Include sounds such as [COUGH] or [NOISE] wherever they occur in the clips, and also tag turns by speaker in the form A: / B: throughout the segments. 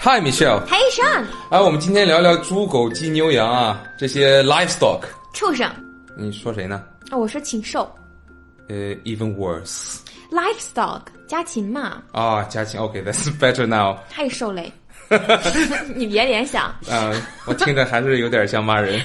A: Hi Michelle，
B: 嘿，Sean，
A: 哎，我们今天聊聊猪、狗、鸡、牛、羊啊这些 livestock。
B: 畜生，
A: 你说谁呢？
B: 哦我说禽兽
A: 呃，even worse
B: ，livestock 家禽嘛，
A: 啊，家禽。OK，that's、better now。
B: 还有兽 [LAUGHS] 类，你别联想。
A: 呃，我听着还是有点像骂 [LAUGHS] 人。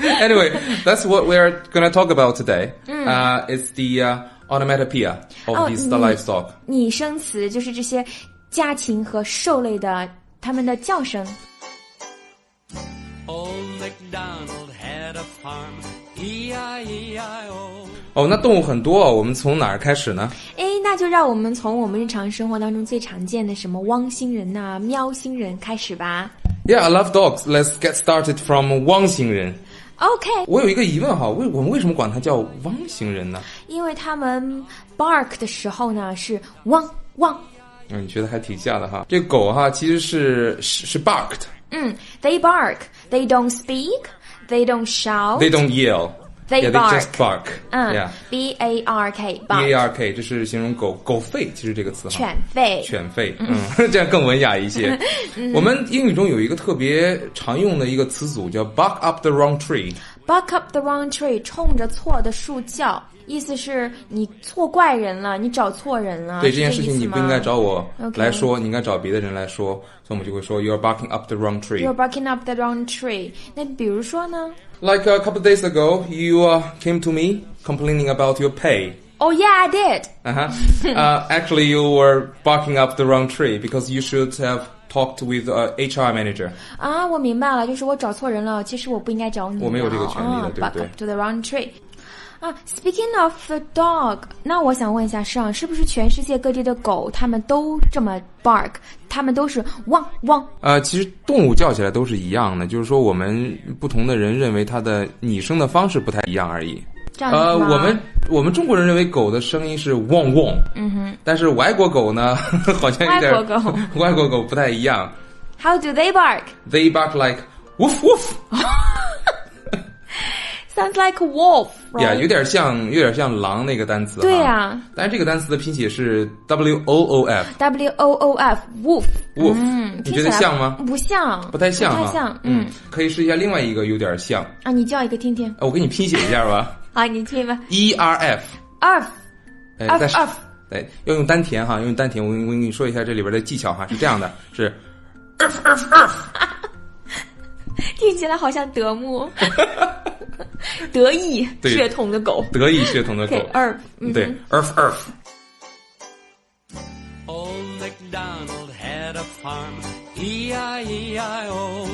A: anyway, that's what we are gonna talk about today. Uh, it's the uh, onomatopoeia of
B: 哦
A: these the
B: 你
A: livestock.
B: 拟声词就是这些家禽和兽类的它们的叫声。
C: Old MacDonald had a farm, E E-I-E-I-O.
A: 哦，那动物很多哦，我们从哪儿开始呢？
B: 哎，那就让我们从我们日常生活当中最常见的什么汪星人呐、喵星人开始吧。
A: Yeah, I love dogs. Let's get started from 汪星人。
B: OK，
A: 我有一个疑问哈，为我们为什么管它叫汪星人呢？
B: 因为它们 bark 的时候呢是汪汪，
A: 嗯，你觉得还挺像的哈。这狗哈其实是是是 barked，they
B: 嗯，they bark，they don't speak，they don't shout，
A: don't yell，
B: 哦 They
A: yeah,
B: bark.
A: they just bark，
B: 嗯
A: yeah。
B: b a r k
A: B A
B: bark，
A: R K，这是形容狗狗吠，其实这个词哈。
B: 犬嗯吠。
A: 犬吠，嗯，这 [LAUGHS] 样更文雅一
B: [LAUGHS]
A: 些。我们英语中有一个特别常用的一个词组叫 “bark up the wrong tree”。
B: Buck up the wrong tree，冲着错的树叫，意思是你错怪人了，你找错人了。
A: 对
B: 啊是
A: 这件事情，你不应该找我
B: ？OK
A: 来说，你应该找别的人来说。所以我们就会说 “You're barking up the wrong tree”。
B: You're barking up the wrong tree。那比如说呢
A: Like a couple of days ago, you uh, came to me complaining about your pay.
B: ？Oh yeah, I did. [LAUGHS]
A: Uh-huh. uh, actually, you were barking up the wrong tree because you should have talked with uh, HR manager.
B: 啊，我明白了，就是我找错人了。其实我不应该找你。
A: 我没有这个权利的
B: 啊、
A: 对不对
B: Buck up to the wrong tree。啊，Speaking of the dog，那我想问一下，上是不是全世界各地的狗，它们都这么 bark，它们都是汪汪？
A: 呃，其实动物叫起来都是一样的，就是说我们不同的人认为它的拟声的方式不太一样而已。
B: 这样子
A: 呃，
B: 吗
A: 我们我们中国人认为狗的声音是汪汪，嗯哼，但是外国狗呢， [LAUGHS] 好像有点
B: 外国狗，
A: [LAUGHS] 外国狗不太一样
B: ，How do they bark？
A: ，they bark like woof woof，
B: Sounds like a wolf,
A: 呀，有
B: right?
A: 点像有点像狼那个单词，
B: 对
A: 呀、
B: 呀
A: 但是这个单词的拼写是 w o o f，
B: W O O F, wolf.
A: Wolf，
B: 嗯，
A: 你
B: 听
A: 觉
B: 起
A: 得
B: 来
A: 像吗？
B: 不像，
A: 不太像啊
B: 不
A: 哈，
B: 太像。嗯，
A: 可以试一下另外一个有点像，
B: 啊，你叫一个听听。
A: 呃我给你拼写一下吧
B: 好，你听吧。
A: ，e r f，
B: Earth,
A: 哎，但
B: earth,
A: 是
B: earth.
A: 哎，要用单填哈，要用单填，我我跟你说一下这里边的技巧哈，是这样的，是
B: 听起来好像德牧，
A: [LAUGHS]
B: 德意
A: 对
B: 血统的狗。
A: 德意血统的狗
B: OK, earth. 嗯
A: 对，earth earth，
C: Old MacDonald had a farm, E E-I-E-I-O.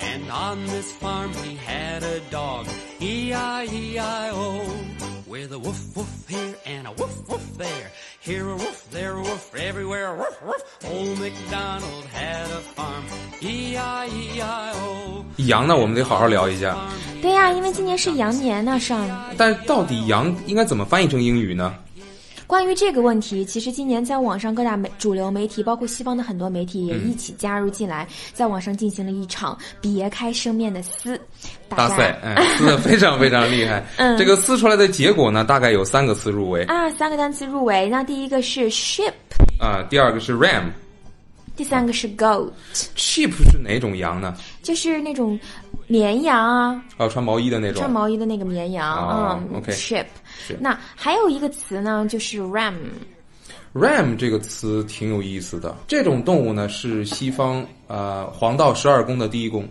C: And on this farm he had a dog, E E-I-E-I-O. With a woof woof here and a woof woof there. Here a woof, there a woof, everywhere a woof woof. Old MacDonald had a farm, E E-I-E-I-O.
A: 羊呢，我们得好好聊一下，
B: 对呀，因为今年是羊年呢，上。
A: 但是到底羊应该怎么翻译成英语呢？
B: 关于这个问题，其实今年在网上各大媒主流媒体，包括西方的很多媒体也
A: 嗯
B: 一起加入进来，在网上进行了一场别开生面的撕
A: 大
B: 家
A: 赛，哎，撕的非常非常厉
B: [LAUGHS]
A: 害。嗯，这个撕出来的结果呢，大概有三个词入围
B: 啊，三个单词入围。那第一个是 sheep，
A: 啊、第二个是 ram。
B: 第三个是 goat，
A: Sheep 是哪种羊呢？
B: 就是那种绵羊啊，
A: 哦，穿毛衣的那种。
B: 穿毛衣的那个绵羊啊、
A: 哦
B: 嗯
A: OK
B: sheep。那还有一个词呢，就是 ram，
A: Ram 这个词挺有意思的。这种动物呢是西方呃黄道十二宫的第一宫，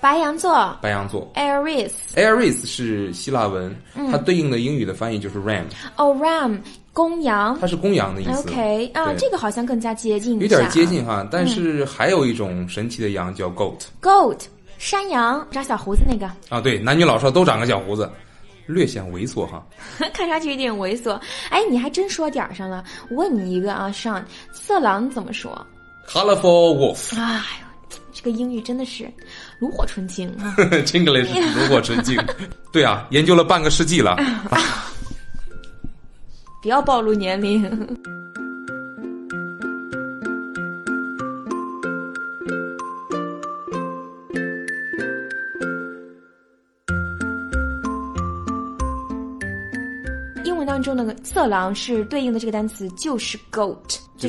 B: 白羊座
A: 白羊座。
B: Aries。
A: Aries 是希腊文，它对应的英语的翻译就是 ram，
B: 嗯哦，ram 公羊。
A: 它是公羊的意思。
B: OK 啊，
A: 对
B: 这个好像更加接近一
A: 有
B: 下
A: 点接近哈，但
B: 嗯
A: 是还有一种神奇的羊叫 goat
B: goat 山羊，扎小胡子那个， [LAUGHS]
A: 啊，对，男女老少都长个小胡子，略显猥琐哈。
B: 看上去有点猥琐。哎，你还真说点儿上了。我问你一个啊，上色狼怎么说？
A: Colorful wolf， [LAUGHS]
B: 哎呦，这个英语真的是炉火纯青啊！
A: 清格雷是炉火纯
B: [LAUGHS]
A: 青。对啊，研究了半个世纪了。
B: 不要暴露年龄。英文当中那个色狼是对应的这个单词就是 goat，就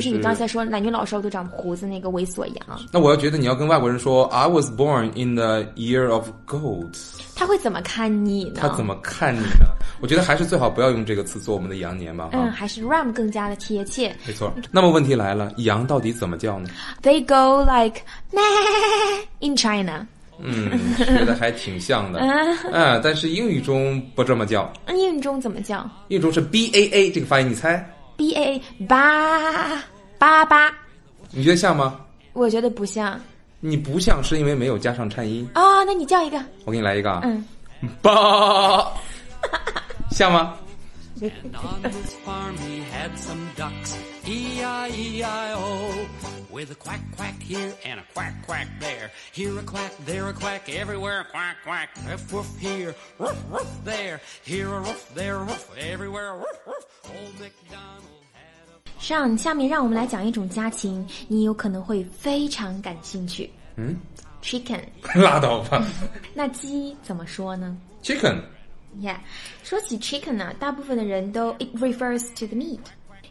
A: 就
B: 是
A: 是
B: 你刚才说男女老少都长胡子那个猥琐啊羊，
A: 那我要觉得你要跟外国人说 I was born in the year of gold，
B: 他会怎么看你呢？
A: 他怎么看你呢？ [LAUGHS] 我觉得还是最好不要用这个词做我们的羊年吧，哈。
B: 嗯，还是 ram 更加的贴切。
A: 没错，那么问题来了，羊到底怎么
B: [LAUGHS]
A: 叫呢？
B: They go like meh in China。
A: 嗯，学的还挺像
B: [LAUGHS]
A: 的，嗯，但是英语中不这么叫，
B: 英语中怎么叫
A: 英语中是 b a a 这个发音，你猜？
B: ？b a 八八八，
A: 你觉得像吗？
B: 我觉得不像
A: 你不像是因为没有加上颤音。
B: 啊、那你叫一个，
A: 我给你来一个啊，
B: 嗯，
A: 八， [LAUGHS] 像
B: [LAUGHS]
A: 吗？
C: And on his farm he had some ducks, E E-I-E-I-O. With a quack quack here and a quack quack there. Here a quack, there a quack, everywhere a quack quack. Woof woof here, woof woof there. Here a woof, there a woof, everywhere a woof woof. Old MacDonald had a
B: 上下面让我们来讲一种家禽，你有可能会非常感兴趣。
A: 嗯
B: ，chicken。
A: 拉倒吧
B: 那鸡怎么说呢
A: ，chicken。
B: ？Yeah，说起 chicken 呢，大部分的人都 it refers to the meat。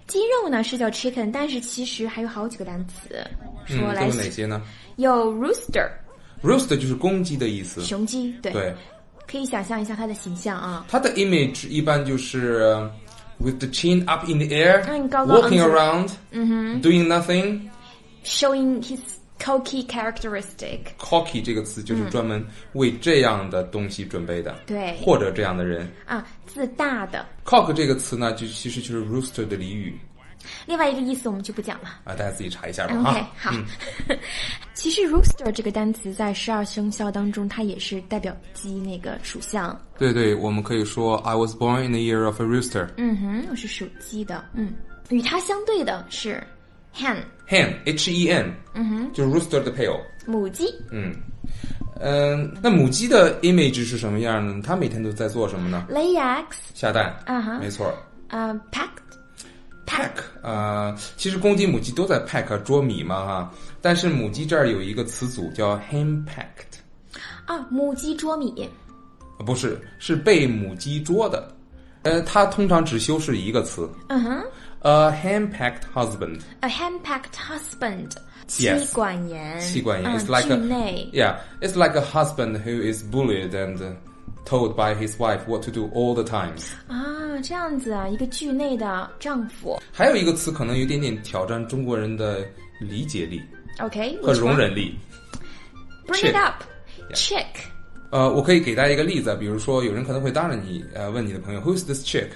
B: 鸡肉呢是叫 chicken，但是其实还有好几个单词，
A: 嗯，
B: 说
A: 都
B: 来
A: 有哪些呢
B: 有 rooster
A: ？roost 就是公鸡的意思，
B: 雄鸡，对，
A: 对，
B: 可以想象一下它的形象啊。
A: 它的 image 一般就是呃 with the chin up in the air,
B: 嗯高高昂
A: walking
B: 起
A: around,
B: 嗯
A: doing nothing。
B: showing his cocky characteristic。
A: cocky 这个词就是专门为这样的东西准备的，
B: 嗯对
A: 或者这样的人。
B: 啊，自大的。
A: cock 这个词呢，就其实就是 rooster 的俚语
B: 另外一个意思我们就不讲了。
A: 啊，大家自己查一下吧
B: 嗯 OK，、
A: 啊。
B: 好。 [LAUGHS] 其实 rooster 这个单词在十二生肖当中，它也是代表鸡那个属相。
A: 对对，我们可以说 I was born in the year of a rooster.
B: 嗯哼，我是属鸡的。嗯，与它相对的是 hen
A: Hen, H E N，嗯哼，就是 rooster 的配偶。
B: 母鸡。
A: 嗯嗯，那母鸡的 image 是什么样呢？它每天都在做什么呢？
B: lay eggs
A: 下蛋。
B: 啊哈
A: 没错。
B: 啊、p a c k
A: pack 呃，其实公鸡、母鸡都在 pack 捉米嘛哈，但是母鸡这儿有一个词组叫 hen packed。
B: 啊，母鸡捉米。
A: 呃不是，是被母鸡捉的。呃，它通常只修饰一个词
B: 嗯哼
A: ，a hand-packed husband，
B: ，a hen-packed husband，妻
A: Yes
B: 管严。
A: 妻管严
B: 嗯
A: ，it's like
B: 惧内
A: a，yeah，it's like a husband who is bullied and uh, told by his wife what to do all the time。
B: 啊，这样子啊，一个惧内的丈夫。
A: 还有一个词可能有一点点挑战中国人的理解力
B: OK，
A: 和
B: which
A: 容
B: one？
A: 忍力。
B: Bring it
A: Chick.
B: up. Chick.
A: 呃，我可以给大家一个例子，比如说有人可能会当着你呃问你的朋友 Who's this chick？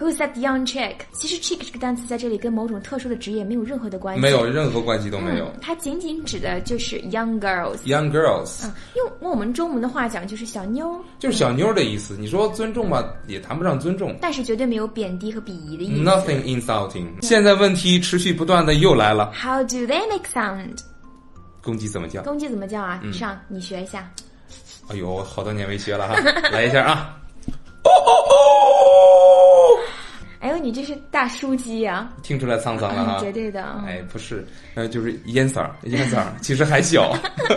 B: Who's that young chick？其实 chick 这个单词在这里跟某种特殊的职业没有任何的关系，嗯
A: 没有任何关系都没有。
B: 它仅仅指的就是 young girls。
A: Young girls，
B: 用用我们中文的话讲就是小妞儿，
A: 就是小妞儿的意思。你说尊重吧，也谈不上尊重。
B: 但是绝对没有贬低和鄙夷的意思。
A: Nothing insulting。现在问题持续不断的又来了，
B: How do they make sound？
A: 公鸡怎么叫？
B: 公鸡怎么叫
A: 嗯
B: 啊？上，你学一下。
A: 哎呦，我好多年没学
B: [LAUGHS]
A: 了哈，来一下啊！哦哦
B: 哎呦，你这是大叔鸡啊！
A: 哦，听出来沧桑了哈
B: 嗯，。绝对的。嗯
A: 哎，不是，呃，就是烟嗓儿，烟嗓儿其实还小。 [LAUGHS]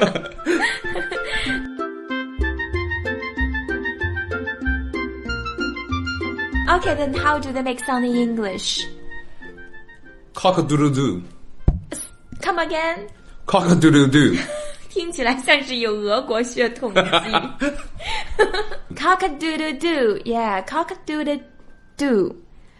B: OK, then how do they make sound in English?
A: Cock doodle do，cock
B: Come again.
A: doodle do。
B: 听起来像是有俄国血统的鸡。
A: [LAUGHS]
B: cock a doodle doo, yeah, cock a doodle doo.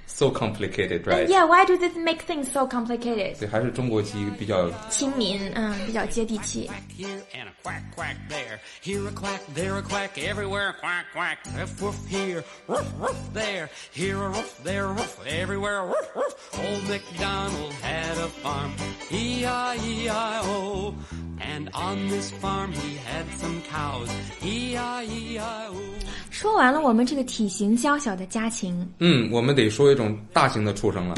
A: So complicated, right？
B: Yeah, why do this make things so complicated?
A: 对，还是中国鸡比较
B: 亲民，嗯，比较接地气。
C: quack here and a quack quack there. Here a quack, there a quack, everywhere a quack quack. Woof woof here, woof woof there. Here a woof, there a woof, everywhere a woof woof. Old MacDonald had a farm, E E-I-E-I-O. And on this farm he had some cows, E E-I-E-I-O.
B: 说完了我们这个体型娇小的家禽
A: 嗯，我们得说一种大型的畜生了。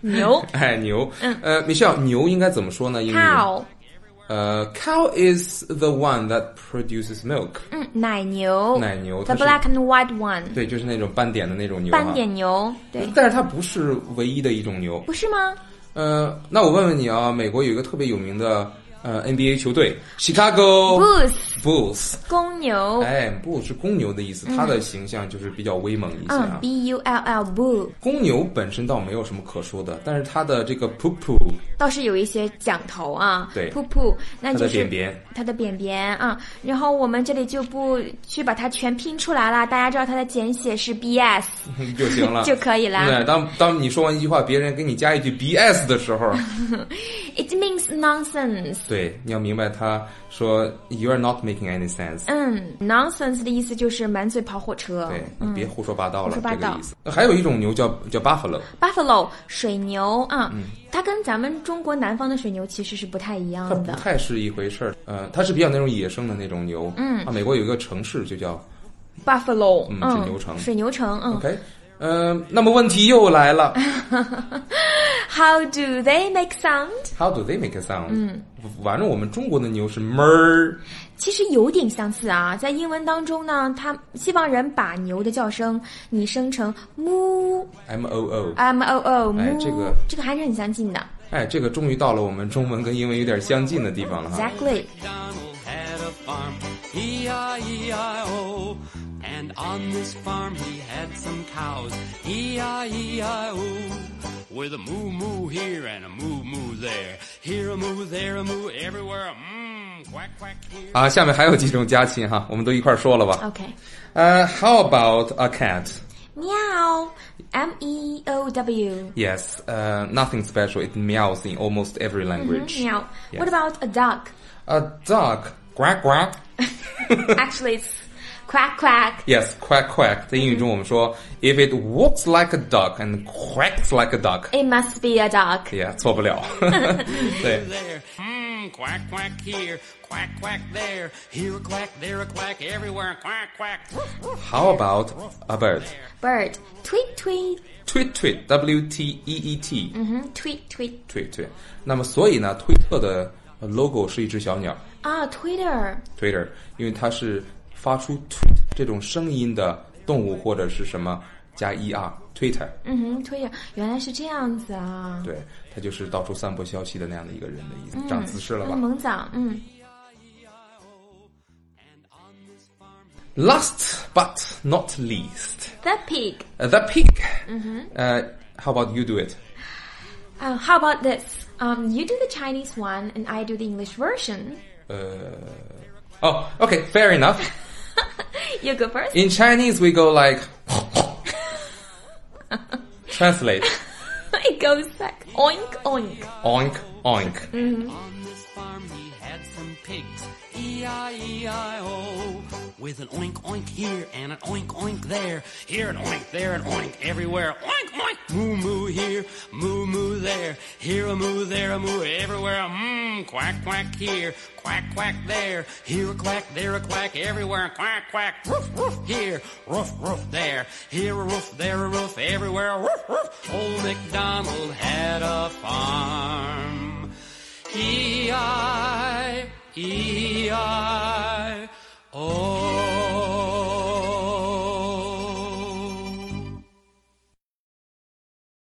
B: 牛
A: 哎，牛。
B: 嗯
A: 呃，米笑，牛应该怎么说呢？英语。
B: [LAUGHS] cow，
A: 呃，cow is the one that produces milk。
B: 嗯，奶牛，
A: 奶牛
B: ，the
A: 它是
B: black and white one，
A: 对，就是啊那种斑点的那种牛、啊。嗯
B: 斑点牛，
A: [LAUGHS]
B: 对，
A: 但是它不是唯一的一种牛。
B: 不是吗？
A: 呃，那我问问你啊，美国有一个特别有名的呃 NBA 球队 Chicago
B: ，Bulls
A: Bulls。
B: 公牛，
A: 哦哎，bull 是公牛的意思，它的形象就是比较威猛一些
B: 嗯
A: 啊。
B: ，B U L L bull，
A: 公牛本身倒没有什么可说的，但是它的这个 poo poo，
B: 倒是有一些讲头啊，
A: 对
B: 噗噗，那
A: 它
B: 就
A: 的
B: 是
A: 扁扁，
B: 它的扁扁啊、然后我们这里就不去把它全拼出来了，大家知道它的简写是 BS
A: [LAUGHS] 就行了，
B: 就可以啦
A: 对，当当你说完一句话，别人给你加一句 BS 的时
B: [LAUGHS]
A: 候，
B: It means nonsense。
A: 对，你要明白他说 you are not making any sense。
B: 嗯，nonsense 的意思就是满嘴跑火车。
A: 对，你别胡说八道了，
B: 嗯胡说八
A: 这
B: 道嗯
A: 个意思。那还有一种牛叫叫 buffalo，
B: Buffalo 水牛啊、
A: 嗯
B: 它跟咱们中国南方的水牛其实是不太一样
A: 它不
B: 的。
A: 太是一回事儿，呃，它是比较那种野生的那种牛。嗯，啊，美国有一个城市就叫
B: Buffalo，
A: 嗯水牛城
B: 水牛城，嗯
A: OK，嗯、那么问题又来了
B: ，How do they make sound？
A: ，How do they make a sound？嗯，反正我们中国的牛是哞儿，
B: 其实有点相似啊，在英文当中呢，它西方人把牛的叫声拟声成 moo
A: m o o。
B: m o o
A: 哎
B: moo，
A: 这个
B: 这个还是很相近的。
A: 哎，这个终于到了我们中文跟英文有点相近的地方了哈。
B: Exactly，
C: MacDonald had a farm, E E-I-E-I-O. And on this farm he had some cows, E E-I-E-I-O. With a moo moo here and a moo moo there. Here a moo, there a moo, everywhere a mmm, quack quack here.
A: 啊，下面还有几种家禽哈， [LAUGHS] 我们都一块儿说了吧。
B: OK，
A: 呃、h o w about a cat？
B: 喵，M E O W，
A: Yes, uh, nothing special. It meows in almost every language.
B: 喵。
A: Yes.
B: What about a [LAUGHS] duck？Actually，
A: A duck, quack quack.
B: it's quack quack。
A: Yes, quack quack. 在英语中我们说，if it walks like a duck and quacks like a duck.
B: It must be a duck。
A: Yeah，错不了。对
C: There, mmm, quack quack here, quack quack there. Here a quack, there a quack, everywhere quack quack.
A: ，How about a bird?
B: Bird tweet tweet，
A: Tweet tweet, W T E E T,
B: 嗯哼，tweet tweet
A: tweet tweet. 那么所以呢，推特的呃 logo 是一只小鸟
B: 啊，Twitter。
A: ，Twitter，因为它是发出 tweet 这种声音的动物或者是什么加 e r Twitter。
B: 嗯哼，Twitter 原来是这样子啊，
A: 对他就是到处散播消息的那样的一个人的意思，长姿势了吧、
B: 嗯，猛长，嗯
A: l a s t but not least,
B: ，The pig，
A: uh, the pig.
B: 嗯
A: 呃、h o w about you do it?
B: 啊、h o w Uh, about this？Um, you do the Chinese one and I do the English version.
A: 呃、哦 o k fair enough.
B: You go first. [LAUGHS]
A: In Chinese, we go like [LAUGHS] translate
B: It goes like oink oink.
A: oink oink.
C: On this farm he had some pigs, E E-I-E-I-O. With an oink oink here and an oink oink there. Here an oink, there an oink, everywhere. Oink oink! Moo moo here, moo moo there. Here a moo, there a moo, everywhere. Mmm, quack quack here, quack quack there. Here a quack, there a quack, everywhere. Quack quack, roof roof here, roof roof there. Here a roof, there a roof, everywhere. Roof roof! Old MacDonald had a farm. E I E